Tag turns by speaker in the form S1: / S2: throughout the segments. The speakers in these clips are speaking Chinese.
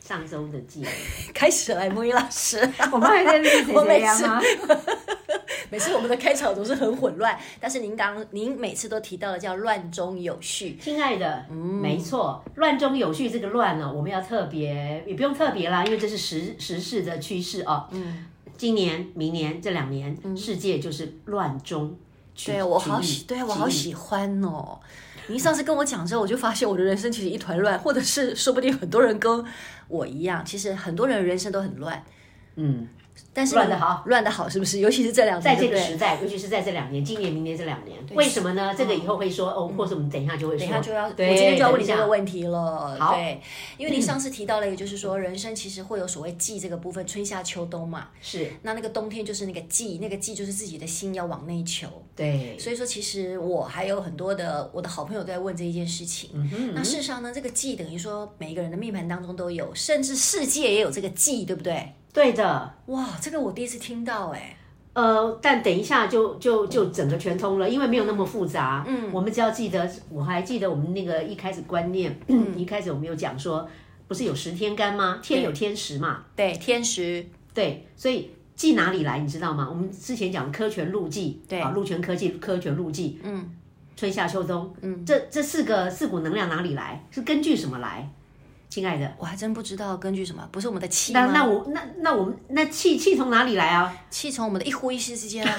S1: 上周的记录，
S2: 开始来，木鱼老师。
S1: 我们还在那
S2: 我每
S1: 谁
S2: 次
S1: 呀吗？
S2: 每次我们的开场总是很混乱，但是您刚您每次都提到的叫乱中有序。
S1: 亲爱的，没错，乱中有序这个乱哦呢，我们要特别，也不用特别啦，因为这是时时事的趋势哦。嗯，今年、明年这两年，世界就是乱中取。
S2: 对我
S1: 取
S2: 好
S1: 利
S2: 喜，对我
S1: 取
S2: 好
S1: 利
S2: 喜欢哦。您上次跟我讲之后，我就发现我的人生其实一团乱，或者是说不定很多人跟我一样，其实很多人人生都很乱，
S1: 嗯，
S2: 但是
S1: 乱得好，
S2: 乱的好是不是？尤其是这两
S1: 在
S2: 年，
S1: 这
S2: 对不
S1: 个
S2: 对
S1: 时？代，尤其是在这两年，今年、明年这两年，为什么呢？这个以后会说哦，或者我们等一下就会
S2: 嗯
S1: 说，
S2: 等一下就要，我今
S1: 对
S2: 天就要问你
S1: 等
S2: 这
S1: 一下
S2: 个问题了。
S1: 好嗯
S2: 对，因为您上次提到了，也就是说，人生其实会有所谓季这个部分，春夏秋冬嘛。
S1: 是
S2: 那那个冬天就是那个季，那个季就是自己的心要往内求。
S1: 对，
S2: 所以说，其实我还有很多的我的好朋友都在问这一件事情。那事实上呢，这个忌等于说每一个人的命盘当中都有，甚至世界也有这个忌，对不对？
S1: 对的。
S2: 哇，这个我第一次听到哎、
S1: 呃，但等一下就就就整个全通了，因为没有那么复杂。嗯，我们只要记得，我还记得我们那个一开始观念，
S2: 嗯
S1: 一开始我们有讲说，不是有十天干吗？天有天时嘛，
S2: 对，天时，
S1: 对，所以记哪里来，你知道吗？我们之前讲科权路记，对啊，陆权科技、科权路记，嗯，春夏秋冬，嗯，这这四个四股能量哪里来？是根据什么来？亲爱的，
S2: 我还真不知道根据什么，不是我们的气
S1: 那
S2: 吗？
S1: 那我那那我们那气气从哪里来啊？
S2: 气从我们的一呼一吸之间啊。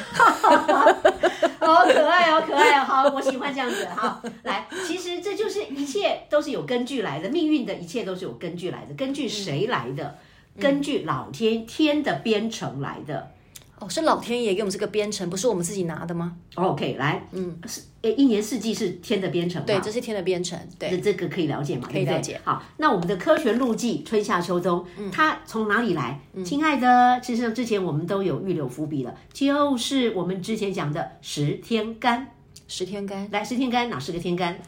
S1: 好可爱哦，可爱哦，好，我喜欢这样子。好，来，其实这就是一切都是有根据来的，命运的一切都是有根据来的，根据谁来的？根据老天天的编程来的。
S2: 哦，是老天爷给我们这个编程，不是我们自己拿的吗？
S1: OK，来，嗯，是，诶，一年四季是天的编程嘛？
S2: 对，这是天的编程。
S1: 这
S2: 对，
S1: 这个可以了解嘛？可
S2: 以了
S1: 了
S2: 解嗯
S1: 好，那我们的科学路径春夏秋冬，它从哪里来？亲爱的，其实之前我们都有预留伏笔了，就是我们之前讲的十天干。
S2: 十天干，
S1: 来，十天干哪十个天干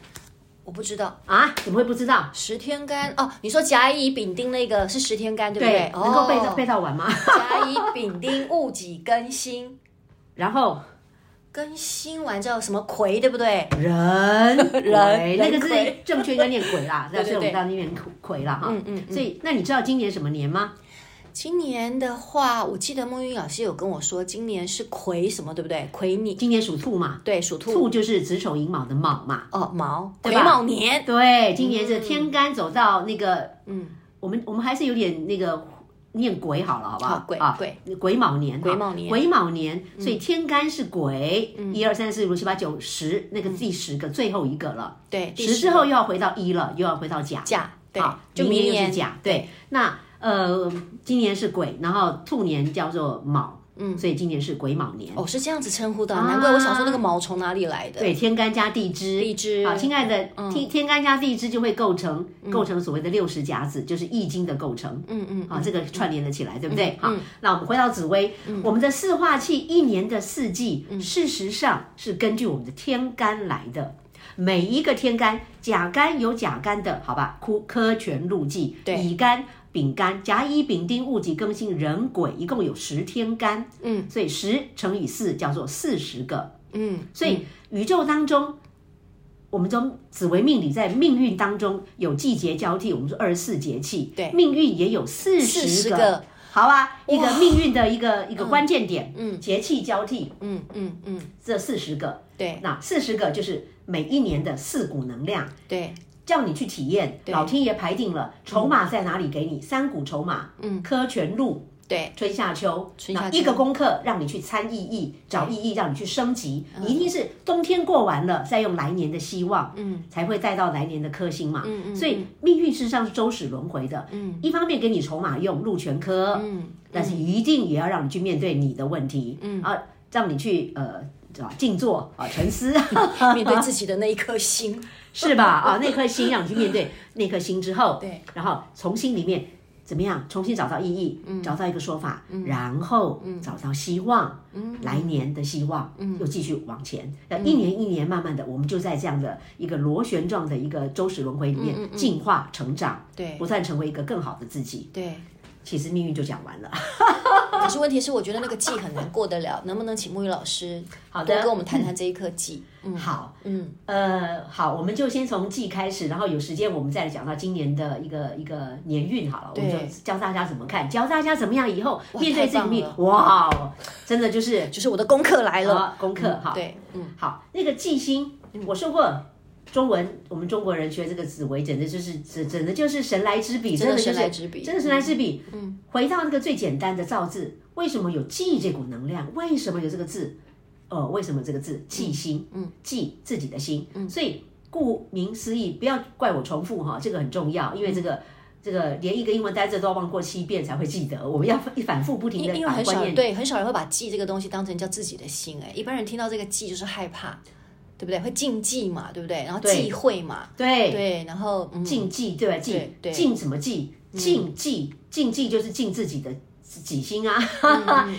S2: 我不知道。
S1: 啊？怎么会不知道？
S2: 十天干哦，你说甲乙丙丁那个是十天干，对不对？
S1: 哎能够背到、
S2: 哦
S1: 背到 完吗？
S2: 甲乙丙丁戊己庚辛，
S1: 然后
S2: 更新完之后什么癸，对不对？
S1: 人
S2: 人
S1: 那个
S2: 人
S1: 是正确应该念鬼啦，
S2: 对对对
S1: 所以我们到那边鬼了哈。
S2: 嗯嗯嗯
S1: 所以那你知道今年什么年吗？
S2: 今年的话，我记得孟云老师有跟我说，今年是癸什么，对不对？癸你
S1: 今年属兔嘛，
S2: 对属兔
S1: 兔就是子丑寅卯的卯嘛。
S2: 哦，卯癸
S1: 对吧
S2: 卯年，
S1: 对，今年是天干走到那个，
S2: 嗯，
S1: 我们我们还是有点那个念癸好了，好不好
S2: 好？癸
S1: 啊
S2: 癸
S1: 癸卯年，
S2: 癸卯年嗯
S1: 啊癸卯年，所以天干是癸，一二三四五六七八九十，那个第十个最后一个了。
S2: 嗯对
S1: 十之后又要回到一了，又要回到甲。
S2: 甲对
S1: 好，
S2: 就
S1: 明
S2: 明
S1: 年又
S2: 年
S1: 是甲，对。那呃，今年是癸，然后兔年叫做卯，嗯，所以今年是癸卯年。
S2: 哦，是这样子称呼的，难怪我想说那个卯从哪里来的。
S1: 啊对，天干加地支，
S2: 地支嗯
S1: 好，亲爱的，天天干加地支就会构成构成所谓的六十甲子，就是易经的构成。
S2: 嗯嗯，
S1: 好，这个串联了起来，对不对？好，那我们回到紫薇，
S2: 嗯
S1: 我们的四化气一年的四季，事实上是根据我们的天干来的。每一个天干，甲干有甲干的，好吧？枯科权禄忌，乙干、丙干、甲乙丙丁戊己庚辛壬癸，一共有十天干。嗯，所以十乘以四叫做四十个。
S2: 嗯，
S1: 所以宇宙当中，我们中紫微命理在命运当中有季节交替，我们说二十四节气，
S2: 对
S1: 命运也有四
S2: 40
S1: 十
S2: 个
S1: 个，好啊，一个命运的一个一个关键点，嗯，节气交替，
S2: 嗯嗯嗯，
S1: 这四十个，
S2: 对
S1: 那四十个就是每一年的四股能量。
S2: 对，
S1: 叫你去体验，老天爷排定了，筹码在哪里给你？三股筹码，嗯，科权路，
S2: 对，
S1: 春夏秋，
S2: 春夏秋
S1: 那一个功课让你去参意义，找意义让你去升级，你一定是冬天过完了，再用来年的希望，嗯，才会带到来年的颗星嘛，嗯嗯，所以命运事实上是周始轮回的，嗯，一方面给你筹码用，入全嗯科，嗯，但是一定也要让你去面对你的问题，嗯啊，让你去呃知道吧静坐啊，沉思，
S2: 面对自己的那一颗心，
S1: 是吧？啊，那颗心让你去 面对那颗心之后，
S2: 对，
S1: 然后从心里面怎么样，重新找到意义，
S2: 嗯
S1: 找到一个说法，然后找到希望，
S2: 嗯
S1: 来年的希望，又继续往前，那一年一年慢慢的，我们就在这样的一个螺旋状的一个周时轮回里面进化成长，
S2: 嗯对
S1: 不断成为一个更好的自己。
S2: 对。
S1: 其实命运就讲完了，
S2: 可是问题是，我觉得那个季很难过得了，能不能请木鱼老师
S1: 好
S2: 多
S1: 的，
S2: 跟我们谈 谈这一颗季？嗯，
S1: 好，
S2: 嗯，
S1: 呃，好，我们就先从季开始，然后有时间我们再讲到今年的一个一个年运好了，我们就
S2: 对
S1: 教大家怎么看，教大家怎么样以后面对自己
S2: 太
S1: 的
S2: 棒
S1: 命
S2: 了，
S1: 哇，哦真的就是
S2: 就是我的功课来了。
S1: 好功课哈。
S2: 对，嗯，
S1: 好，那个季星，我说过。中文，我们中国人学这个紫薇，简直就是，真真的就是神来之笔，
S2: 真的
S1: 真的就是
S2: 神来之笔
S1: 真的神来之笔。嗯，回到那个最简单的造字，为什么有记这股能量？为什么有这个字？哦，为什么这个字记心？嗯，记自己的心。嗯，所以顾名思义，不要怪我重复哈，这个很重要，
S2: 嗯
S1: 因为这个。这个连一个英文单词都要忘过七遍才会记得，我们要一反复不停
S2: 因
S1: 的
S2: 因为
S1: 把
S2: 很
S1: 观
S2: 少
S1: 念
S2: 对很少人会把季这个东西当成叫自己的心，哎，一般人听到这个季就是害怕，对不对？会禁忌嘛，对不对？然后忌讳嘛，
S1: 对
S2: 对，然后嗯，
S1: 禁忌对吧？禁
S2: 对
S1: 禁什么忌？禁忌禁忌就是禁自己的己心啊，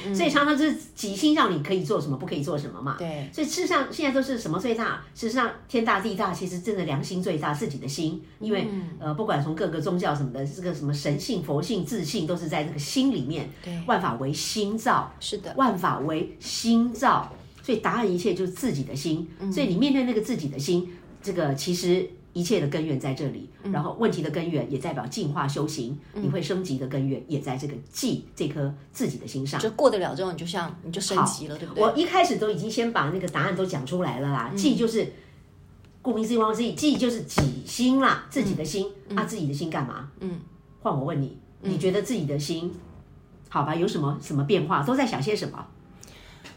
S2: 嗯
S1: 所以常常就是己心让你可以做什么，不可以做什么嘛。
S2: 对，
S1: 所以事实上现在都是什么最大？事实上天大地大，其实真的良心最大，自己的心。因为、
S2: 嗯
S1: 呃，不管从各个宗教什么的，这个什么神性、佛性、自信，都是在这个心里面。
S2: 对
S1: 万法唯心造，
S2: 是的，
S1: 万法唯心造，所以答案一切就是自己的心。
S2: 嗯
S1: 所以你面对那个自己的心，这个其实一切的根源在这里，
S2: 嗯
S1: 然后问题的根源也代表进化修行，你会升级的根源也在这个记这颗自己的心上。
S2: 就过得了之后，你就像你就升级了，对不对？嗯
S1: 我一开始都已经先把那个答案都讲出来了啦，记就是。顾名思义，顾名思义，记就是己心啦，自己的心、
S2: 嗯
S1: 啊，自己的心干嘛？嗯，换我问你，你觉得自己的心，好吧，有什么什么变化？都在想些什么？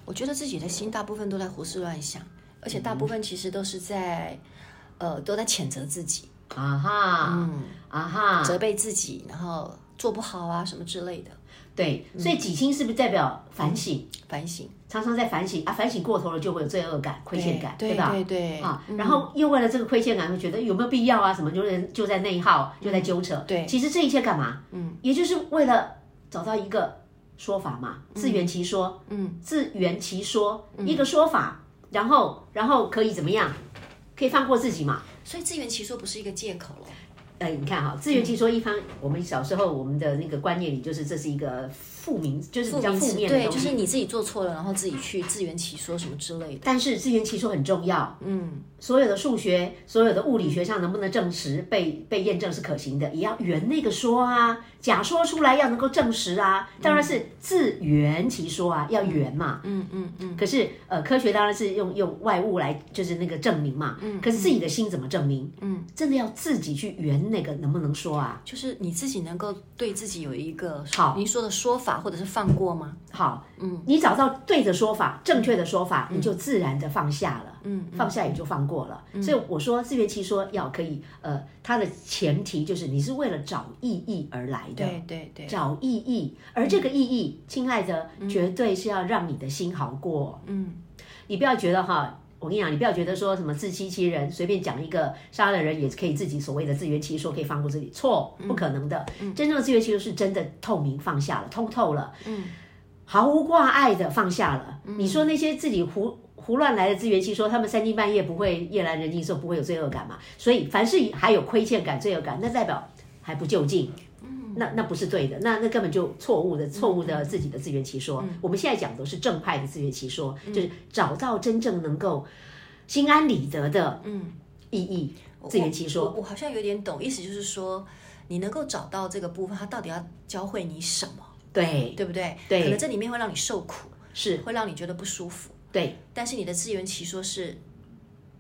S2: 我觉得自己的心大部分都在胡思乱想，而且大部分其实都是在，呃，都在谴责自己，
S1: 啊哈，啊哈，
S2: 责备自己，然后做不好啊什么之类的，
S1: 对，
S2: 嗯
S1: 所以己心是不是代表反省？
S2: 反省，
S1: 常常在反省啊，反省过头了就会有罪恶感、亏欠感，
S2: 对
S1: 吧？
S2: 对对
S1: 啊，
S2: 嗯
S1: 然后又为了这个亏欠感，会觉得有没有必要啊？什么就是就在内耗，就在纠扯。
S2: 嗯对
S1: 其实这一切干嘛？嗯，也就是为了找到一个说法嘛，自圆其说。嗯，自圆其说，
S2: 嗯
S1: 一个说法，然后然后可以怎么样？可以放过自己嘛？
S2: 所以自圆其说不是一个借口了。
S1: 呃，你看哈，自圆其说一方，我们小时候我们的那个观念里，就是这是一个负名，就是比较负面的
S2: 对，
S1: 东
S2: 就
S1: 西。
S2: 是你自己做错了，然后自己去自圆其说什么之类的。
S1: 但是自圆其说很重要，
S2: 嗯，
S1: 所有的数学、所有的物理学上能不能证实、被被验证是可行的，也要圆那个说啊，假说出来要能够证实啊，当然是自圆其说啊，要圆嘛。
S2: 嗯嗯嗯，
S1: 可是呃，科学当然是用用外物来就是那个证明嘛。嗯，可是自己的心怎么证明？嗯，真的要自己去圆那个能不能说啊？
S2: 就是你自己能够对自己有一个好您说的说法，或者是放过吗？
S1: 好，嗯，你找到对的说法、正确的说法，你就自然的放下了，嗯，放下也就放过了。所以我说自圆其说要可以，呃，它的前提就是你是为了找意义而来的，
S2: 对对，嗯
S1: 找意义，而这个意义，亲爱的，绝对是要让你的心好过，
S2: 嗯，
S1: 你不要觉得哈。我跟你讲，你不要觉得说什么自欺欺人，随便讲一个杀了人也可以自己所谓的自圆其说，可以放过自己，错，
S2: 嗯
S1: 不可能的。真正的自圆其说是真的透明放下了，通透了，
S2: 嗯
S1: 毫无挂碍的放下了。你说那些自己胡胡乱来的自圆其说，他们三更半夜不会夜阑人静的时候不会有罪恶感嘛？所以凡是还有亏欠感、罪恶感，那代表还不就近。那那不是对的，那那根本就错误
S2: 嗯
S1: 的，错误的自己的自圆其说。我们现在讲的是正派的自圆其说，
S2: 嗯
S1: 就是找到真正能够心安理得的意义。自圆
S2: 嗯
S1: 其
S2: 我
S1: 说，
S2: 我好像有点懂，意思就是说，你能够找到这个部分，它到底要教会你什么，
S1: 对，
S2: 对不对？
S1: 对
S2: 可能这里面会让你受苦，
S1: 是
S2: 会让你觉得不舒服。
S1: 对。
S2: 但是你的自圆其说是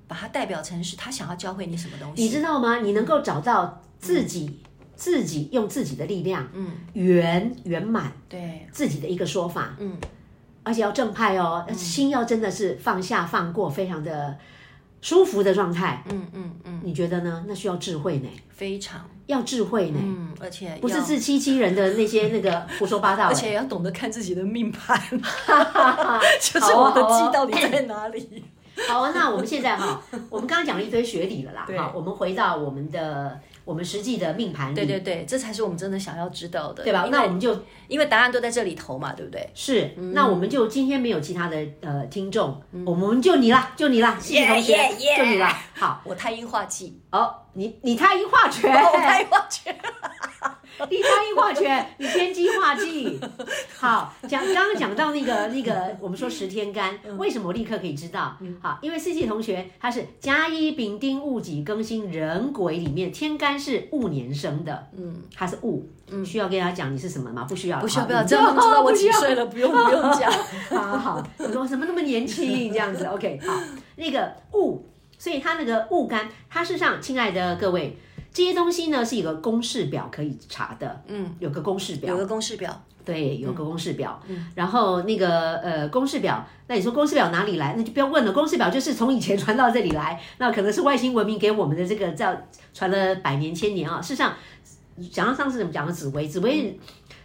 S2: 把它代表成是他想要教会你什么东西，
S1: 你知道吗？你能够找到自
S2: 嗯
S1: 己，自己用自己的力量，嗯，圆圆满
S2: 对，
S1: 自己的一个说法，
S2: 嗯，
S1: 而且要正派哦，心要真的是放下放过，非常的舒服的状态。
S2: 嗯嗯嗯，
S1: 你觉得呢？那需要智慧呢，
S2: 非常
S1: 要智慧呢，
S2: 嗯，而且
S1: 不是
S2: 要
S1: 自欺欺人的那些那个胡说八道、
S2: 而
S1: 欸。
S2: 且要懂得看自己的命 盘，就是
S1: 好
S2: 我
S1: 啊
S2: 的
S1: 好啊
S2: 忌到底在哪里？
S1: 好啊，那我们现在哈，我们刚刚讲了一堆学理了啦，
S2: 对
S1: 哈，我们回到我们的我们实际的命盘 里，
S2: 对对对，这才是我们真的想要知道的，
S1: 对吧？
S2: 因为嗯
S1: 那我们就
S2: 因为答案都在这里头嘛，对不对？
S1: 是，那我们就今天没有其他的呃听众，
S2: 嗯
S1: 我们就你啦，就你啦，谢谢同学
S2: Yeah, yeah, yeah
S1: 就你啦。好，
S2: 我太阴化忌，
S1: 哦，你你太一化权，
S2: 哦我太阴化忌，
S1: 你太一化权，你天机化 忌。好，讲刚刚讲到那个那个，我们说十天干，
S2: 嗯
S1: 为什么我立刻可以知道？好，因为 C G 同学他是甲乙丙丁戊己庚辛壬癸里面，天干是戊年生的，嗯，他是戊，需要跟大家讲你是什么吗？不需要，
S2: 不需要
S1: 好
S2: 不要，
S1: 你
S2: 这样
S1: 就
S2: 就知道我
S1: 不需
S2: 几
S1: 要
S2: 岁了，不用不用 讲。
S1: 好好，我说怎么那么年轻这样子？OK，好，那个戊，所以它那个戊干，它事实上，亲爱的各位，这些东西呢是有个公式表可以查的，嗯，有个公式表，
S2: 有个公式表，
S1: 对，有
S2: 嗯
S1: 个公式表，然后那个呃公式表，那你说公式表哪里来？那就不要问了，公式表就是从以前传到这里来，那可能是外星文明给我们的这个叫传了百年千年啊、事实上，讲到上次怎么讲的紫薇，紫
S2: 嗯
S1: 薇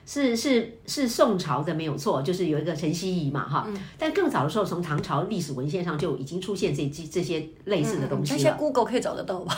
S1: 是是是宋朝的没有错，就是有一个陈希夷嘛哈，
S2: 嗯
S1: 但更早的时候，从唐朝历史文献上就已经出现这这这些类似的东
S2: 嗯但
S1: 西
S2: 现在
S1: 了。
S2: Google 可以找得到吧？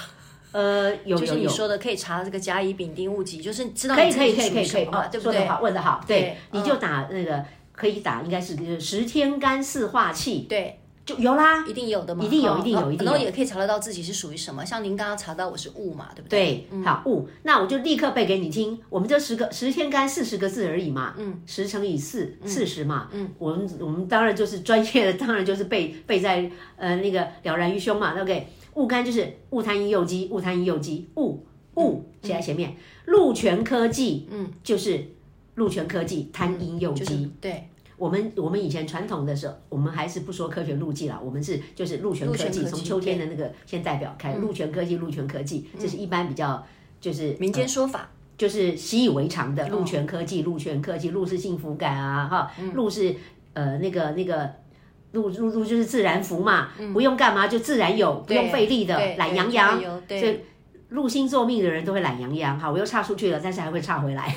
S1: 呃，有
S2: 就是
S1: 有
S2: 你
S1: 有。
S2: 说的可以查这个甲乙丙丁戊己，就是知道
S1: 可
S2: 你
S1: 以
S2: 自
S1: 可以
S2: 己
S1: 可以
S2: 属
S1: 可以可以
S2: 什，么，
S1: 哦
S2: 对不
S1: 说得
S2: 对？
S1: 好，问得好，对
S2: 对，
S1: 你
S2: 嗯
S1: 就打那个可以打，应该是就是十天干四化气
S2: 对，
S1: 就有啦。
S2: 一定有的嘛，
S1: 一定有
S2: 哦
S1: 一定有
S2: 哦
S1: 一定有
S2: 然后也可以查得到自己是属于什么，像您刚刚查到我是戊嘛，对不对？嗯
S1: 对，好物，那我就立刻背给你听。我们这十个十天干四十个字而已嘛，嗯，十乘以四四十嘛，嗯，我们我们当然就是专业的，当然就是背背在呃那个了然于胸嘛，OK。戊干就是戊贪阴右鸡，戊贪阴右鸡，戊戊
S2: 嗯
S1: 写在前面。禄全科技，嗯，就是禄全科技贪阴右
S2: 就
S1: 鸡，
S2: 是对，
S1: 我们我们以前传统的时候，我们还是不说科学路径啦，我们是就是陆权科
S2: 陆
S1: 技，
S2: 权科技
S1: 从秋天的那个先代表
S2: 嗯
S1: 开，陆权科技，陆权科技，这是一般比较就是嗯
S2: 民间说法，
S1: 就是习以为常的陆权科技，陆权科技，陆是幸福感啊，哈，
S2: 嗯
S1: 陆是呃那个那个。陆陆陆就是自然福嘛，不用干嘛就自然有，不用费力的
S2: 嗯对，
S1: 懒
S2: 对
S1: 洋洋
S2: 就会有。
S1: 所
S2: 对
S1: 以，入星座命的人都会懒洋洋哈，我又岔出去了，但是还会岔回来。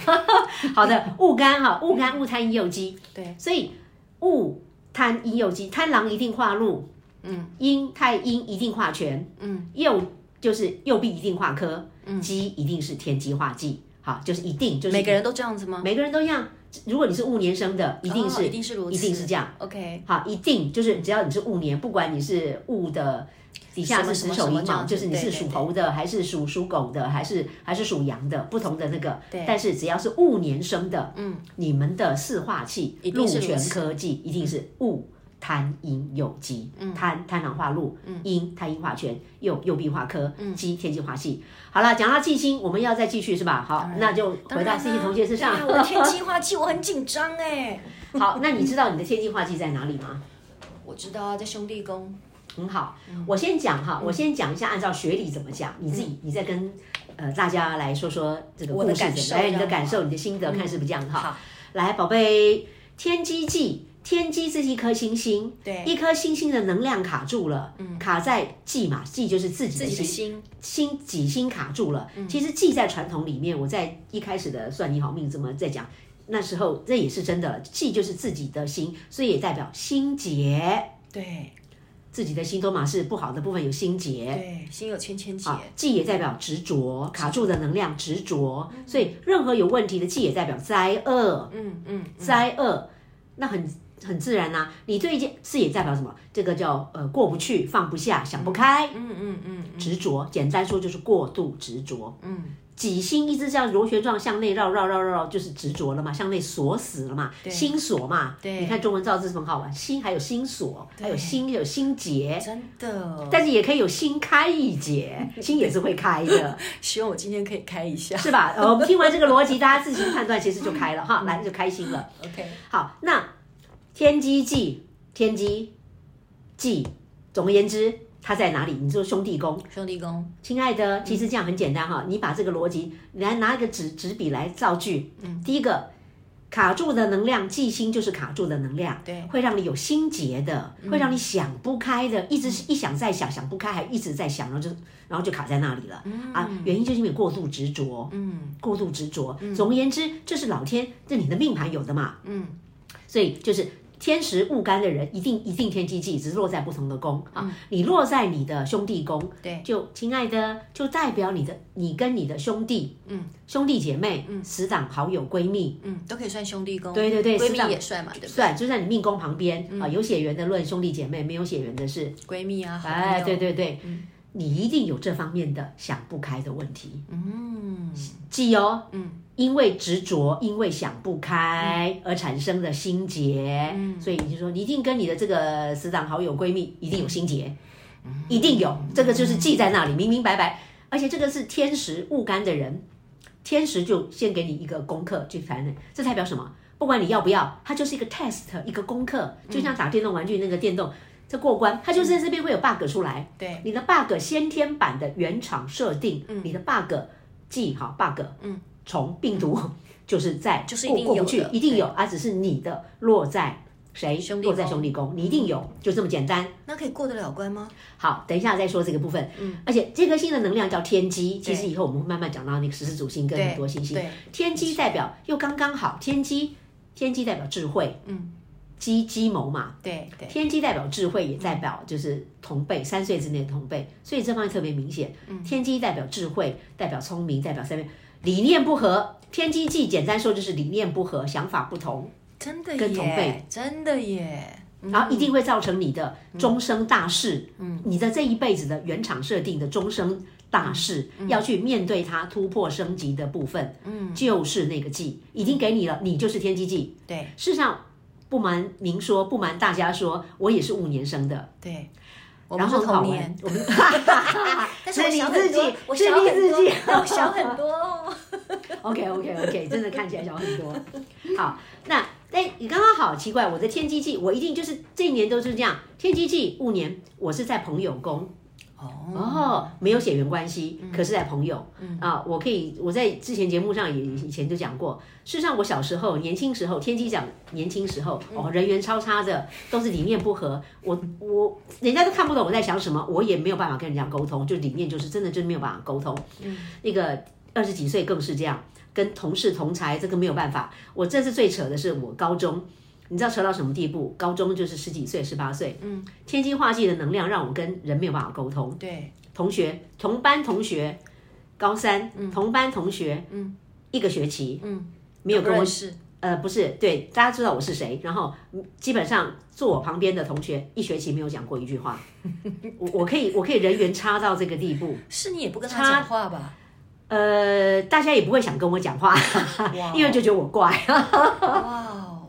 S1: 好的，戊干哈，戊干戊贪阴右鸡，
S2: 对，
S1: 所以戊贪阴右鸡，贪狼一定化禄，嗯，阴太阴一定化权，嗯，右就是右臂一定化科，嗯，鸡一定是天机化忌，好，就是一定就是
S2: 每个人都这样子吗？
S1: 每个人都一样，如果你是戊年生的，一定
S2: 哦
S1: 是、
S2: 一定是如此，
S1: 一定是这样。
S2: OK，
S1: 好，一定就是只要你是戊年，不管你是戊的底下是
S2: 什
S1: 子
S2: 么
S1: 手
S2: 什么
S1: 寅
S2: 这
S1: 卯，
S2: 样子
S1: 就是你是
S2: 对
S1: 属
S2: 对
S1: 猴的，还是属属狗的，还是还是属羊的，不同的那个
S2: 对。
S1: 但是只要是戊年生的，嗯，你们的四化气
S2: 嗯一定
S1: 禄
S2: 是如
S1: 全
S2: 此嗯
S1: 科技一定是戊。贪阴有疾，贪贪狼化禄，
S2: 嗯
S1: 阴贪阴化权，右右臂化科，鸡天机化气。好了，讲到忌星，我们要再继续是吧？好，那就回到自己同学身上
S2: 对啊。我的天机化忌，我很紧张哎。
S1: 好，那你知道你的天机化忌在哪里吗？
S2: 我知道啊，在兄弟宫，
S1: 很好，
S2: 嗯
S1: 我先讲哈，我先讲一下按照学理怎么讲，你自己你再跟呃大家来说说这个
S2: 我
S1: 故
S2: 的
S1: 事怎
S2: 感
S1: 么
S2: 受
S1: 样，哎，你
S2: 这
S1: 的
S2: 样
S1: 感
S2: 好
S1: 受、你的心得，看是不是这样哈
S2: 好。
S1: 来，宝贝，天机记，天机这是一颗星星，
S2: 对嗯
S1: 一颗星星的能量卡住了，卡在记嘛，记就是自己
S2: 自
S1: 的
S2: 己的
S1: 心。
S2: 心嗯
S1: 心己心卡住了。其实记在传统里面，我在一开始的算你好命怎么在讲，那时候这也是真的，记就是自己的心，所以也代表心结。
S2: 对
S1: 自己的心多嘛是不好的部分有心结，
S2: 对，嗯心有千千结，
S1: 记也代表执着，卡住的能量执着，所以任何有问题的记也代表灾厄，
S2: 嗯嗯，
S1: 灾厄，那很很自然啦、啊你对一件事也代表什么？这个叫呃过不去、放不下、想不开，嗯
S2: 嗯嗯嗯，
S1: 执着，简单说就是过度执着。嗯，己心一直这样螺旋状向内绕绕绕绕绕，就是执着了嘛，向内锁死了嘛，心锁嘛。
S2: 对
S1: 你看中文造字很好玩，心还有心锁，还有心有心结。
S2: 真的。
S1: 但是也可以有心开一结，心也是会开 的，
S2: 希望我今天可以开一下。
S1: 是吧？呃我们听完这个逻辑，大家自行判断，其实就开了哈，来就开 心了。
S2: OK，
S1: 好，那天机忌，天机忌，总而言之，它在哪里？你说兄弟宫，
S2: 兄弟宫，
S1: 亲爱的，其实这样很简单哈，你把这个逻辑，你来拿一个纸纸笔来造句。嗯，第一个，卡住的能量，忌星就是卡住的能量，
S2: 对
S1: 会让你有心结的，会让你想不开的，一直一想再想，想不开还一直在想，然后就然后就卡在那里了。啊，
S2: 嗯
S1: 原因就是因为过度执着，嗯，过度执着。总而言之，这是老天，这你的命盘有的嘛，嗯，所以就是。天时戊干的人一定一定天机忌，只是落在不同的宫啊。你落在你的兄弟宫，
S2: 嗯对
S1: 就亲爱的，就代表你的你跟你的兄弟，嗯，兄弟姐妹，嗯，死党、好友、闺蜜，
S2: 嗯，都可以算兄弟宫，
S1: 对对对
S2: 闺
S1: 是这样
S2: 蜜也算嘛，对嗯不对？
S1: 算就在你命宫旁边、啊，有血缘的论兄弟姐妹，没有血缘的是，
S2: 闺蜜啊，好朋
S1: 哎，
S2: 友
S1: 对，对对，你一定有这方面的想不开的问题，
S2: 嗯，
S1: 记哦，嗯，因为执着，因为想不开而产生的心结，所以你就说你一定跟你的这个死党、好友、闺蜜一定有心结，一定有，这个就是记在那里，明明白白，而且这个是天时戊干的人，天时就先给你一个功课去烦人，这代表什么？不管你要不要，它就是一个 test，一个功课，就
S2: 嗯
S1: 像打电动玩具那个电动。这过关，它就是在这边会有 bug 出来。
S2: 对，嗯
S1: 你的 bug 先天版的原厂设定，你的 bug 记好 bug，嗯，虫病毒就是在
S2: 就是一
S1: 过
S2: 定
S1: 过
S2: 有
S1: 不去
S2: 的，
S1: 一定
S2: 对
S1: 有啊，只是你的落在谁
S2: 兄弟
S1: 落在
S2: 宫嗯
S1: 兄弟宫，你一定有，就这么简单。
S2: 那可以过得了关吗？
S1: 好，等一下再说这个部分。嗯，而且这颗星的能量叫天机，其实以后我们会慢慢讲到那个十四主星跟
S2: 对
S1: 很多星星
S2: 对。
S1: 天机代表又刚刚好，天机天机代表智慧，嗯，机机谋嘛，
S2: 对对，
S1: 天机代表智慧，也代表就是同辈，三岁之内的同辈，所以这方面特别明显。
S2: 嗯
S1: 天机代表智慧，代表聪明，代表三位理念不合。天机忌简单说就是理念不合，想法不同，
S2: 真的
S1: 跟同辈
S2: 耶，真的耶，嗯
S1: 然后一定会造成你的终生大事，你的这一辈子的原厂设定的终生大事，
S2: 嗯
S1: 要去面对它突破升级的部分，就是那个忌已经给你了，你就是天机忌。
S2: 对
S1: 事实上，不瞒您说，不瞒大家说，我也是五年生的，
S2: 对，我
S1: 然
S2: 们
S1: 后
S2: 是
S1: 很好
S2: 同
S1: 玩
S2: 年，，
S1: 我们。
S2: 但是我
S1: 是你
S2: 小
S1: 自
S2: 很
S1: 己
S2: 多，我
S1: 是
S2: 小
S1: 你
S2: 很
S1: 自
S2: 多
S1: 己
S2: 我小很多哦。
S1: OK OK OK，真的看起来小很多。好，那哎，你刚刚好奇怪，我的天机记，我一定就是这一年都是这样。天机记五年，我是在朋友宫哦，没有血缘关系，可是在朋友、啊，我可以我在之前节目上也以前就讲过，事实上我小时候年轻时候，天机讲年轻时候哦，人缘超差的，都是理念不合，我我人家都看不懂我在想什么，我也没有办法跟人家沟通，就理念就是真的就是没有办法沟通。那个二十几岁更是这样，跟同事同才这个没有办法。我这次最扯的是我高中，你知道扯到什么地步？高中就是十几岁、十八岁，嗯，天津话剧的能量让我跟人没有办法沟通，
S2: 对，
S1: 同学同班同学，高三、同班同学，嗯，一个学期，嗯，没有跟我
S2: 认识
S1: 呃，不是，对，大家知道我是谁，然后嗯基本上坐我旁边的同学一学期没有讲过一句话， 我我可以我可以人缘差到这个地步，
S2: 是你也不跟他讲话吧？
S1: 呃，大家也不会想跟我讲话，
S2: 哇
S1: 因为就觉得我怪，
S2: 哇哦，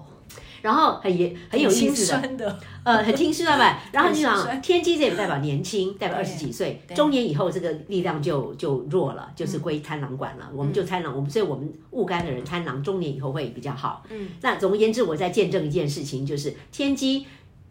S1: 然后很也很有意
S2: 心
S1: 思的，
S2: 酸的，
S1: 呃，很听师老板。然后你
S2: 很心
S1: 想，
S2: 酸
S1: 天机这也代表年轻，代表二
S2: 对
S1: 十几岁，中年以后这个力量就就弱了，就是归贪狼管了。我们就贪狼，我们所以我们戊干的人贪狼，中年以后会比较好。嗯，那总而言之，我在见证一件事情，就是天机。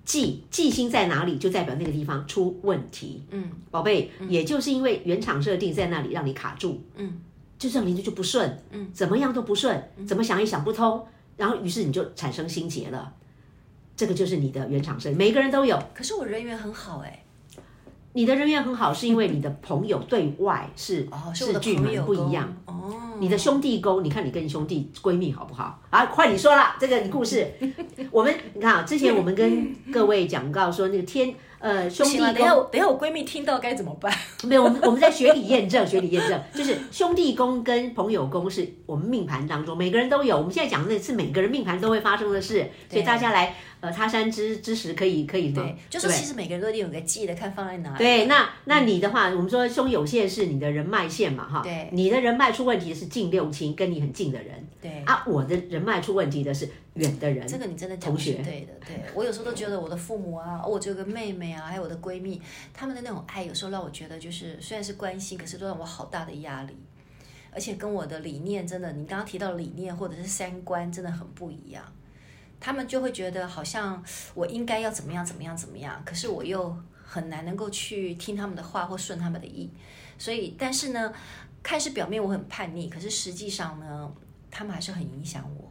S1: 忌忌星在哪里，就代表那个地方出问题。嗯，宝贝，也就是因为原厂设定在那里，让你卡住。嗯，就让你就不顺。嗯，怎么样都不顺，怎么想也想不通，然后于是你就产生心结了。这个就是你的原厂设定，每个人都有。
S2: 可是我人缘很好哎，
S1: 你的人缘很好，是因为你的朋友对外是、
S2: 哦，是我
S1: 是
S2: 的
S1: 巨
S2: 朋
S1: 门
S2: 友
S1: 不一样。
S2: 宫哦，
S1: 你的兄弟沟，你看你跟你兄弟闺蜜好不好？啊，快你说啦，这个 故事，我们你看啊，之前我们跟各位讲到说那个天呃兄弟
S2: 行了，啊等一
S1: 沟
S2: 下我等一下我闺蜜听到该怎么办？
S1: 没有，我们我们在学理验证，学理验证 就是兄弟宫跟朋友宫是我们命盘当中每个人都有。我们现在讲的那是每个人命盘都会发生的事，所以大家来呃他山之之石可以可以对
S2: 就是其实每个人都一定有个记的，看放在哪里。
S1: 对，哎那那
S2: 嗯
S1: 你的话，我们说胸有线是你的人脉线嘛，哈，
S2: 对
S1: 你的人脉出问题是近六亲，跟你很近的人，
S2: 对
S1: 啊，我的人脉出问题的是远的人，
S2: 这个你真的讲的是对的，对我有时候都觉得我的父母啊，我这个妹妹啊，还有我的闺蜜，她们的那种爱，有时候让我觉得就是虽然是关心，可是都让我好大的压力，而且跟我的理念真的，你刚刚提到理念或者是三观真的很不一样，他们就会觉得好像我应该要怎么样怎么样怎么样，可是我又很难能够去听他们的话或顺他们的意，所以但是呢，看似表面我很叛逆，可是实际上呢，他们还是很影响我。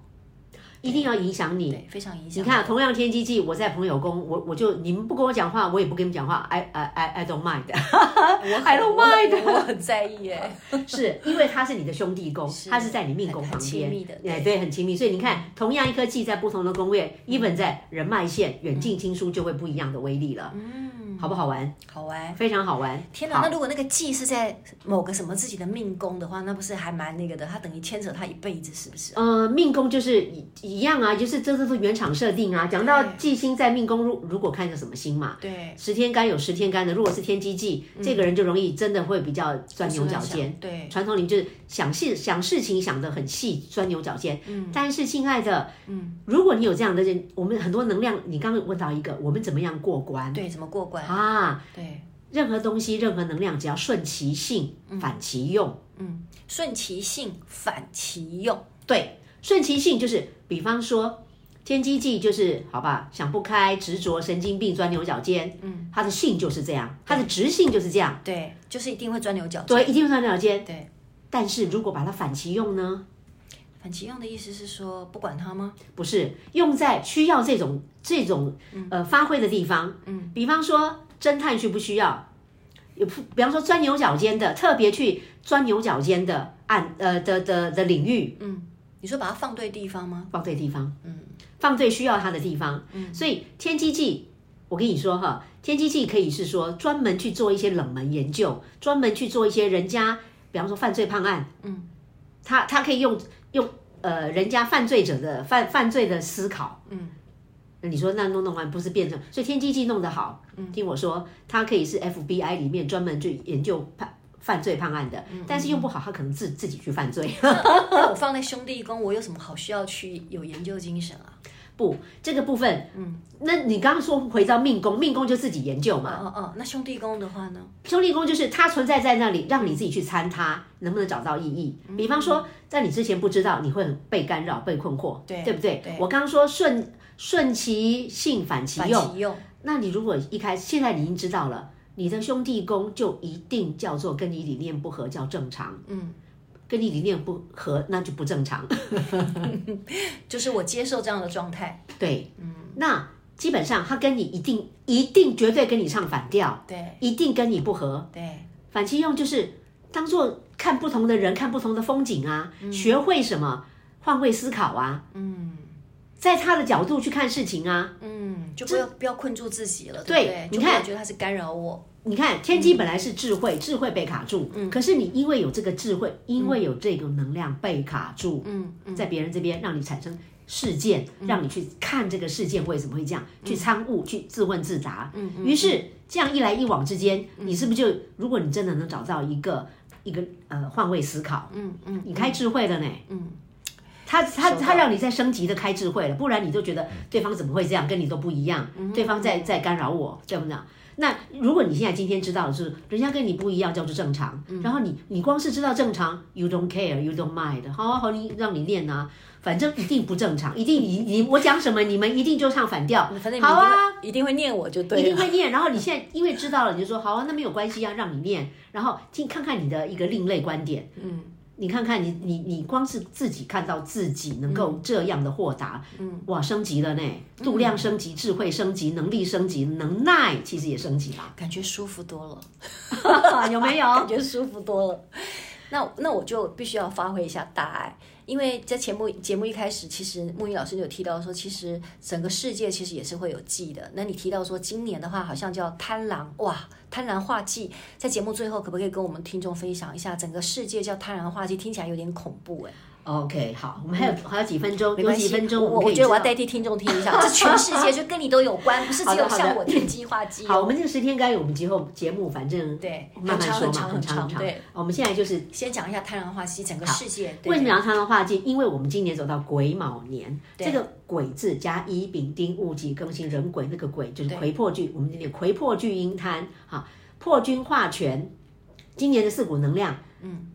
S1: 一定要影响你。
S2: 对，非常影
S1: 你
S2: 响。
S1: 看，同样天机记，我在朋友宫，我我就你们不跟我讲话，我也不跟你们讲话，I I I I don't mind，
S2: 我
S1: I don't mind
S2: 我我 很在意哎。
S1: 是因为它是你的兄弟宫，
S2: 是
S1: 它是在你命宫
S2: 很
S1: 旁
S2: 亲
S1: 边
S2: 密的，
S1: 哎，
S2: 对嗯
S1: 对，很亲密。所以你看，同样一颗记在不同的宫位，一本在人脉线、远近亲疏就会不一样的威力了，
S2: 嗯，
S1: 好不好玩？
S2: 好玩。
S1: 非常好玩。
S2: 天哪，
S1: 哪
S2: 那，如果那个忌是在某个什么自己的命宫的话，那不是还蛮那个的？他等于牵扯他一辈子，是不是？
S1: 呃，命宫就是一一样啊，就是这这是原厂设定啊。讲到
S2: 对
S1: 忌星在命宫，如如果看着什么星嘛，
S2: 对，嗯
S1: 十天干有十天干的，如果是天机忌，这个人就容易真的会比较钻牛角尖。
S2: 对，
S1: 传统里就是想事想事情想得很细，钻牛角尖。嗯，但是亲爱的，嗯，如果你有这样的人，我们很多能量，你刚刚问到一个，我们怎么样过关？
S2: 对，怎么过关？
S1: 啊，
S2: 对，
S1: 任何东西，任何能量，只要顺其性，反其用。
S2: 嗯，顺其性，反其用。
S1: 对，顺其性就是，比方说。天机忌就是好吧，想不开、执着、神经病、钻牛角尖，嗯，他的性就是这样，他的直性就是这样，
S2: 对，就是一定会钻牛角尖。
S1: 对，一定会钻牛角尖。
S2: 对，
S1: 但是如果把它反其用呢？
S2: 反其用的意思是说不管他吗？
S1: 不是用在需要这种这种呃发挥的地方，嗯，比方说侦探需不需要？有比方说钻牛角尖的，特别去钻牛角尖的案呃的的的领域，
S2: 你说把它放对地方 吗？
S1: 放对地方，嗯，放对需要它的地方，嗯，所以天机记，我跟你说哈，天机记可以是说专门去做一些冷门研究，专门去做一些人家，比方说犯罪判案，嗯，他他可以用用呃人家犯罪者的犯犯罪的思考，嗯。那你说那弄弄完不是变成？所以天机记弄得好，嗯、听我说，它可以是 FBI 里面专门去研究判犯罪判案的，但是用不好，他可能自自己去犯罪。
S2: 那我放在兄弟宫，我有什么好需要去有研究精神啊？
S1: 不，这个部分，嗯，那你刚刚说回到命宫，命宫就自己研究嘛。
S2: 哦哦，那兄弟宫的话呢？
S1: 兄弟宫就是它存在在那里，让你自己去参它，能不能找到意义？
S2: 嗯
S1: 比方说，在你之前不知道，你会很被干扰、被困惑，
S2: 对
S1: 对不对？
S2: 对
S1: 我刚刚说顺顺其性，反其
S2: 反
S1: 用。
S2: 其用，
S1: 那你如果一开始，现在你已经知道了，你的兄弟宫就一定叫做跟你理念不合，叫正常。
S2: 嗯，
S1: 跟你理念不合，那就不正常。
S2: 就是我接受这样的状态。
S1: 对，嗯，那基本上他跟你一定一定绝对跟你唱反调，
S2: 对
S1: 一定跟你不合。
S2: 对，
S1: 反其用就是当做看不同的人，看不同的风景啊，学会什么换位思考啊，
S2: 嗯
S1: 在他的角度去看事情啊。
S2: 嗯，就不要不要困住自己了，
S1: 对
S2: 不对？
S1: 你
S2: 就不要
S1: 看
S2: 觉得他是干扰我。
S1: 你看，天机本来是智慧，智慧被卡住，可是你因为有这个智慧，因为有这个能量被卡住，
S2: 嗯嗯，
S1: 在别人这边让你产生事件，让你去看这个事件为什么会这样，去参悟，去自问自答。嗯，于是这样一来一往之间，你是不是就，如果你真的能找到一个一个呃换位思考，
S2: 嗯嗯，
S1: 你开智慧了呢？
S2: 嗯。
S1: 他他
S2: 收到
S1: 他让你在升级的开智慧了，不然你就觉
S2: 嗯
S1: 得对方怎么会这样，跟你都不一样，对方在在干扰我，对不对？那如果你现在今天知道的是人家跟你不一样叫做正常，
S2: 嗯
S1: 然后你你光是知道正常，you don't care，you don't mind，好好好，你让你练啊，反正一定不正常，一定你你我讲什么你们一定就唱反调，
S2: 反正你们
S1: 好啊，
S2: 一定会，一定会念我就
S1: 一
S2: 对
S1: 定
S2: 了。
S1: 会念。然后你现在因为知道了，你就说好啊，那没有关系啊，让你念，然后听看看你的一个另类观点。嗯，你看看你你你光是自己看到自己能够这样的豁达，嗯，哇，升级了呢，
S2: 嗯
S1: 度量升级，智慧升级，能力升级，能耐其实也 升级了，
S2: 感觉舒服多了，
S1: 有没
S2: 感
S1: 有？
S2: 觉舒服多了。那那我就必须要发挥一下大爱，因为在节目节目一开始，其实木鱼老师有提到说，其实整个世界其实也是会有忌的。那你提到说今年的话，好像叫贪婪哇，贪婪化忌，在节目最后可不可以跟我们听众分享一下，整个世界叫贪婪化忌，听起来有点恐怖哎、
S1: OK，好，我们还有还有几分
S2: 嗯
S1: 钟，
S2: 没
S1: 有
S2: 关系，
S1: 几分钟
S2: 我
S1: 们可
S2: 我
S1: 以
S2: 觉得我要
S1: 知道
S2: 代替听众听一下，这全世界就跟你都有关，不是只
S1: 好的
S2: 有
S1: 好的
S2: 像我天机化忌、哦。
S1: 好，我们这个十天该我们节后节目反正
S2: 对
S1: 慢慢说
S2: 很
S1: 嘛，
S2: 长很长
S1: 很长
S2: 很长对
S1: 我们现在就是
S2: 先讲一下太阳化系整个世界对
S1: 为什么要贪狼化忌？因为我们今年走到癸卯年，这个癸字加乙丙丁戊己庚辛壬癸，那个癸就是魁破巨，我们今年魁破巨阴贪，哈，破军化权，今年的四股能量，嗯，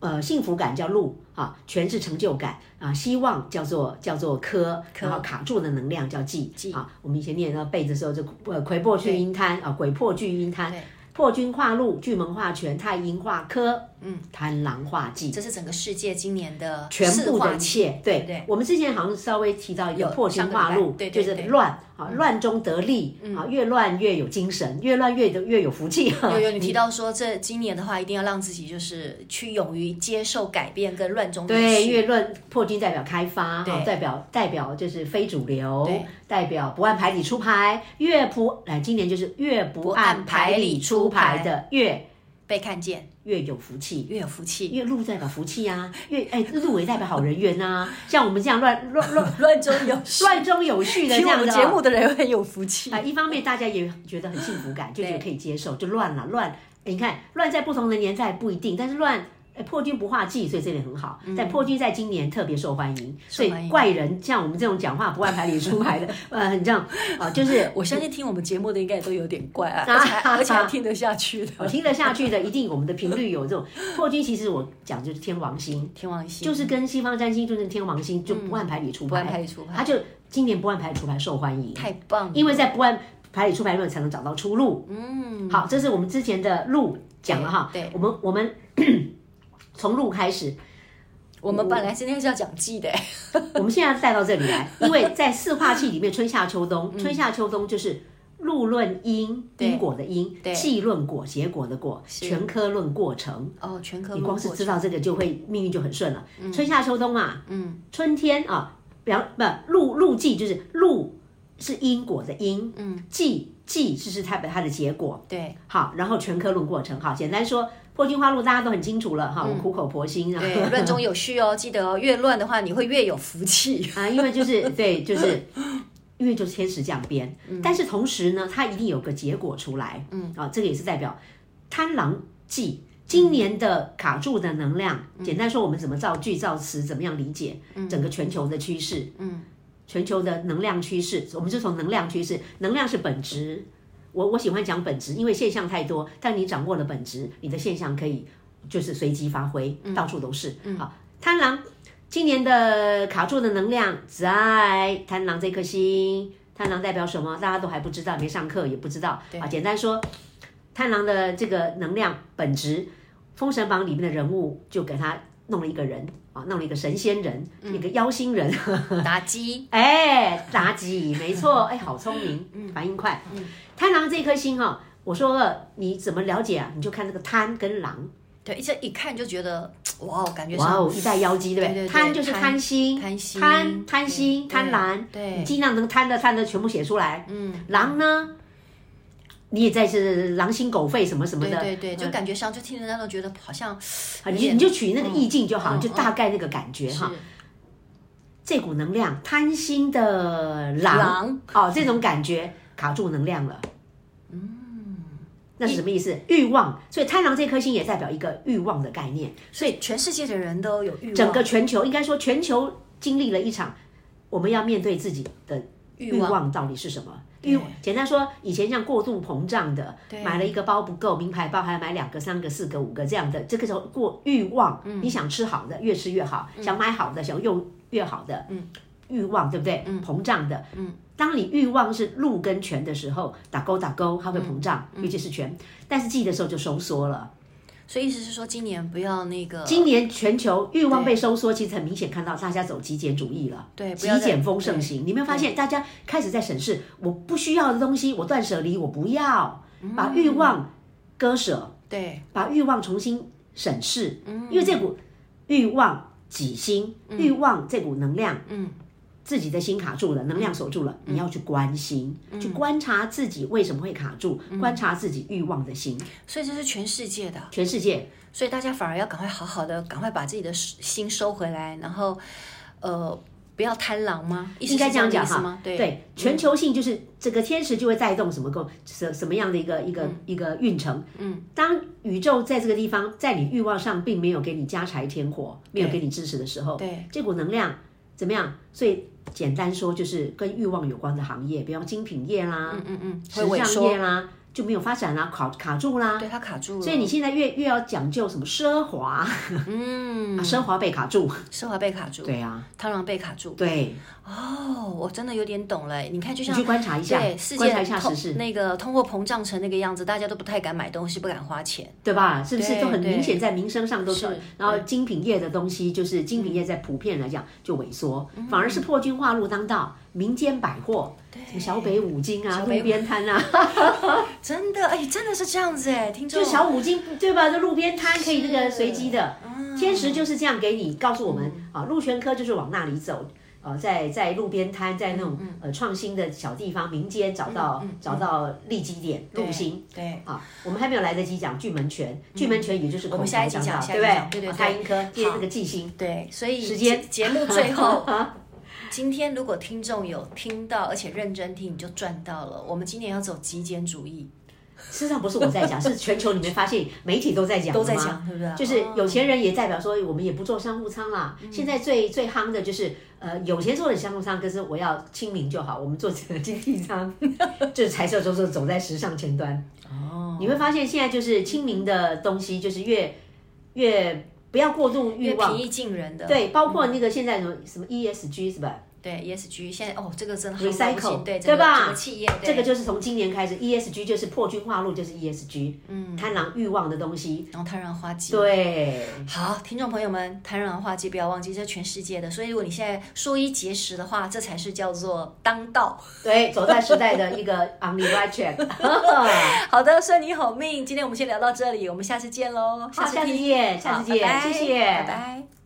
S1: 呃，幸福感叫禄，啊，权是成就感，啊，希望叫做叫做科，然后卡住的能量叫忌，啊，我们以前念到背的时候就呃魁破巨阴贪啊，癸破巨阴贪，破军化禄、巨门化权、太阴化科，嗯，贪狼化忌，
S2: 这是整个世界今年的
S1: 全部的一
S2: 气。
S1: 切，对
S2: 对
S1: 我们之前好像稍微提到一个
S2: 有
S1: 破军化
S2: 上个礼
S1: 禄
S2: 拜，对
S1: 就
S2: 对
S1: 是
S2: 对嗯
S1: 乱啊，乱中得利啊，越乱越有精神，越乱越的越有福气。啊
S2: 有有，你提到说这今年的话，一定要让自己就是去勇于接受改变跟乱中有
S1: 对，
S2: 序
S1: 因为论破军代表开发，哈，代表代表就是非主流
S2: 对，
S1: 代表不按牌理出牌，越不来今年就是越不按
S2: 按
S1: 牌
S2: 牌
S1: 理
S2: 理
S1: 出
S2: 出
S1: 牌
S2: 牌
S1: 的越
S2: 被看见，
S1: 越有福气。
S2: 越有福气。
S1: 越路代表福气啊，越哎入围代表好人缘呐、像我们这样乱乱 乱
S2: 乱中有
S1: 乱中有序的 这
S2: 听我
S1: 样
S2: 们
S1: 的
S2: 节
S1: 哦
S2: 目的人很有福气
S1: 啊，。一方面大家也觉得很幸福感，就觉得可以接受，就乱了乱。你看乱在不同的年代不一定，但是乱。呃破军不化忌，所以这点很好。但破军在今年特别受欢迎，所以
S2: 嗯欢迎
S1: 怪人像我们这种讲话不按牌理出牌的， 呃，很这样啊、就 是
S2: 我相信听我们节目的应该也都有点怪 啊，而且还而且还听得下去
S1: 我
S2: 的。
S1: 听得下去的，一定我们的频率有这种破军。其实我讲就是天王星，
S2: 天王星
S1: 就是跟西方占星就是天王星就不按牌理出
S2: 嗯不
S1: 牌，
S2: 按牌理出牌
S1: 他就今年不按牌理出牌受欢迎，
S2: 太棒了，
S1: 因为在不按牌理出牌论才能找到出路。嗯，好，这是我们之前的路讲了哈。
S2: 对对
S1: 我们我们 从路开 始，
S2: 我们本来今天是要讲季的，
S1: 我们现在带到这里来，因为在四化气里面，春夏秋冬，春夏秋冬就是。路论因，因果的因；气论果，结果的果；全科论过程。
S2: 哦，全科目
S1: 光是知道这个，就会命运就很顺了。春夏秋冬啊，嗯，春天啊，比方不路路季就是路是因果的因，嗯，季季就是它它的结果，
S2: 对
S1: 好，然后全科论过程，好，简单说，破军花路大家都很清楚了哈，我苦口婆心啊，
S2: 对，乱中有序 哦，记得哦，越乱的话你会越有福气。
S1: 啊，因为就是对，就是因为就是天使降边，但是同时呢，它一定有个结果出来，嗯，啊，这个也是代表贪狼忌。今年的卡住的能量，简单说，我们怎么造句、造词，怎么样理解整个全球的趋势？嗯，全球的能量趋势，我们就从能量趋势，能量是本质。我我喜欢讲本质，因为现象太多，但你掌握了本质，你的现象可以就是随机发挥，到处都是。好，贪狼今年的卡住的能量在贪狼这颗星，贪狼代表什么？大家都还不知道，没上课也不知道啊。简单说，贪狼的这个能量本质，《封神榜》里面的人物就给他弄了一个人啊，弄了一个神仙人，一个妖星人，
S2: 妲己，
S1: 哎，妲己，没错，哎，好聪明，反应快。贪狼这颗星哈、哦，我说了，你怎么了解啊？你就看这个贪跟狼，
S2: 对，这一看就觉得哇哦，感觉
S1: 哇
S2: 上
S1: 哦，一代妖姬，对不对？
S2: 对对对
S1: 贪就是贪心，
S2: 贪心
S1: 贪贪
S2: 对
S1: 心，
S2: 对
S1: 贪婪，
S2: 对
S1: 你尽量能贪的贪的全部写出来。嗯，狼呢，你也在是狼心狗肺什么什么
S2: 对
S1: 的，
S2: 对对，就
S1: 嗯
S2: 感觉上就听人家都觉得好像
S1: 啊
S2: 有
S1: 你就
S2: 点
S1: 你就取那个意境就好，
S2: 嗯
S1: 就大概那个感觉哈。
S2: 是
S1: 这股能量，贪心的狼
S2: 狼
S1: 哦，这种感觉卡住能量了。嗯，那是什么意思？欲望。所以贪狼这颗星也代表一个欲望的概念。所以
S2: 哎全世界的人都有欲望，
S1: 整个全球应该说全球经历了一场，我们要面对自己的
S2: 欲
S1: 欲
S2: 望
S1: 望到底是什么？欲简单说，以前像过度膨胀的，买了一个包不够，名牌包还要买两个、三个、四个、五个这样的，这个时候过欲望，你想吃好的，越吃越好，想买好的，想用越好的，欲望对不对？膨胀的，当你欲望是禄跟权的时候，打勾打勾，它会膨胀，尤其是权，但是忌的时候就收缩了。
S2: 所以意思是说，今年不要那个
S1: 今年全球欲望被收缩，其实很明显看到大家走极简主义了，
S2: 对不
S1: 极
S2: 要再
S1: 简风盛行。你有没有发现，大家开始在审视我不需要的东西，我断舍离，我不要，
S2: 嗯
S1: 把欲望割舍，
S2: 对
S1: 把欲望重新审视，
S2: 嗯
S1: 因为这股欲望己心，欲望这股能量，嗯。自己的心卡住了，能量锁住了，
S2: 嗯
S1: 你要去关心，去观察自己为什么会卡住，
S2: 嗯
S1: 观察自己欲望的心。
S2: 所以这是全世界的，
S1: 全世界
S2: 所以大家反而要赶快好好的，赶快把自己的心收回来，然后呃，不要贪狼吗？应
S1: 应该这样讲
S2: 意思
S1: 哈
S2: 吗？，对嗯
S1: 全球性就是这个天时就会带动什么个什什么样的一个一个、一个运程。嗯，当宇宙在这个地方，在你欲望上并没有给你加柴添火，没有给你支持的时候，
S2: 对，
S1: 这股能量怎么样？所以简单说，就是跟欲望有关的行业，比方精品业啦，
S2: 嗯嗯嗯，会
S1: 啊时
S2: 萎
S1: 尚
S2: 缩，
S1: 业啦，就没有发展啦、卡卡住啦。
S2: 对，它卡住了。
S1: 所以你现在越越要讲究什么奢华，
S2: 嗯
S1: 啊，奢华被卡住。
S2: 奢华被卡住，
S1: 对啊，
S2: 螳螂被卡住。
S1: 对，
S2: 哦，我真的有点懂了。你看，就
S1: 你
S2: 像
S1: 去观察一下
S2: 对，世，
S1: 观
S2: 界
S1: 察一下
S2: 通
S1: 时事，
S2: 那个通货膨胀成那个样子，大家都不太敢买东西，不敢花钱。
S1: 对吧？是不是
S2: 对
S1: 都很
S2: 对
S1: 明显在民生上都是
S2: 是？
S1: 然后精品业的东西，就是精品业在普遍来
S2: 嗯
S1: 讲就萎缩，反而是破军化禄当道，民间百货，什么小北五金啊，
S2: 小北
S1: 路边摊啊，
S2: 真的，哎，真的是这样子哎，听众
S1: 就小五金对吧？这路边摊可以这个随机的，
S2: 嗯
S1: 天时就是这样给你告诉我们啊，陆泉科就是往那里走。呃，在在路边摊，在那种呃创新的小地方，民间找到
S2: 嗯嗯嗯
S1: 找到利基点路心，
S2: 对。
S1: 啊，我们还没有来得及讲巨门拳，巨门拳也就是口
S2: 们下一集
S1: 条
S2: 讲
S1: 长
S2: 下
S1: 大，
S2: 一
S1: 对
S2: 集讲对对对
S1: 不对？啊太阴科接
S2: 好
S1: 那个忌星，
S2: 对，所以
S1: 时间
S2: 节节目最 后，今天如果听众有听到，而且认真听，你就赚到了。我们今年要走极简主义，
S1: 事实上不是我在讲，是全球你没发现媒体都在讲，
S2: 都在讲，。对不嗯对？
S1: 就是有钱人也代表说，我们也不做商务舱啦。现在最最夯的就是，呃，有钱做的商务舱，可是我要亲民就好，我们做这个经济舱， 就是财色周周走在时尚前端。
S2: 哦，
S1: 你会发现现在就是亲民的东西，就是越越不要过度欲
S2: 越嗯
S1: 望
S2: 平，易近人的，
S1: 对，包括那个现在什么什么 ESG 是吧？
S2: 对 ESG，现在哦，这个真的很流
S1: Recycle，
S2: 行，对
S1: 对吧
S2: 整个企业，
S1: 这
S2: 对
S1: 个就是从今年开始，ESG 就是破军化禄，就是 ESG，嗯，贪婪欲望的东西。
S2: 然后贪婪花季，
S1: 对，
S2: 好，听众朋友们，贪婪化忌不要忘记，这全世界的。所以如果你现在说一节食的话，这才是叫做当道。
S1: 对，走在时代的一个 on the right track。
S2: 好的，算你好命。今天我们先聊到这里，我们下次见喽。
S1: 好，下次
S2: 听
S1: 见，下次见，
S2: 好拜拜
S1: 谢谢，
S2: 拜拜。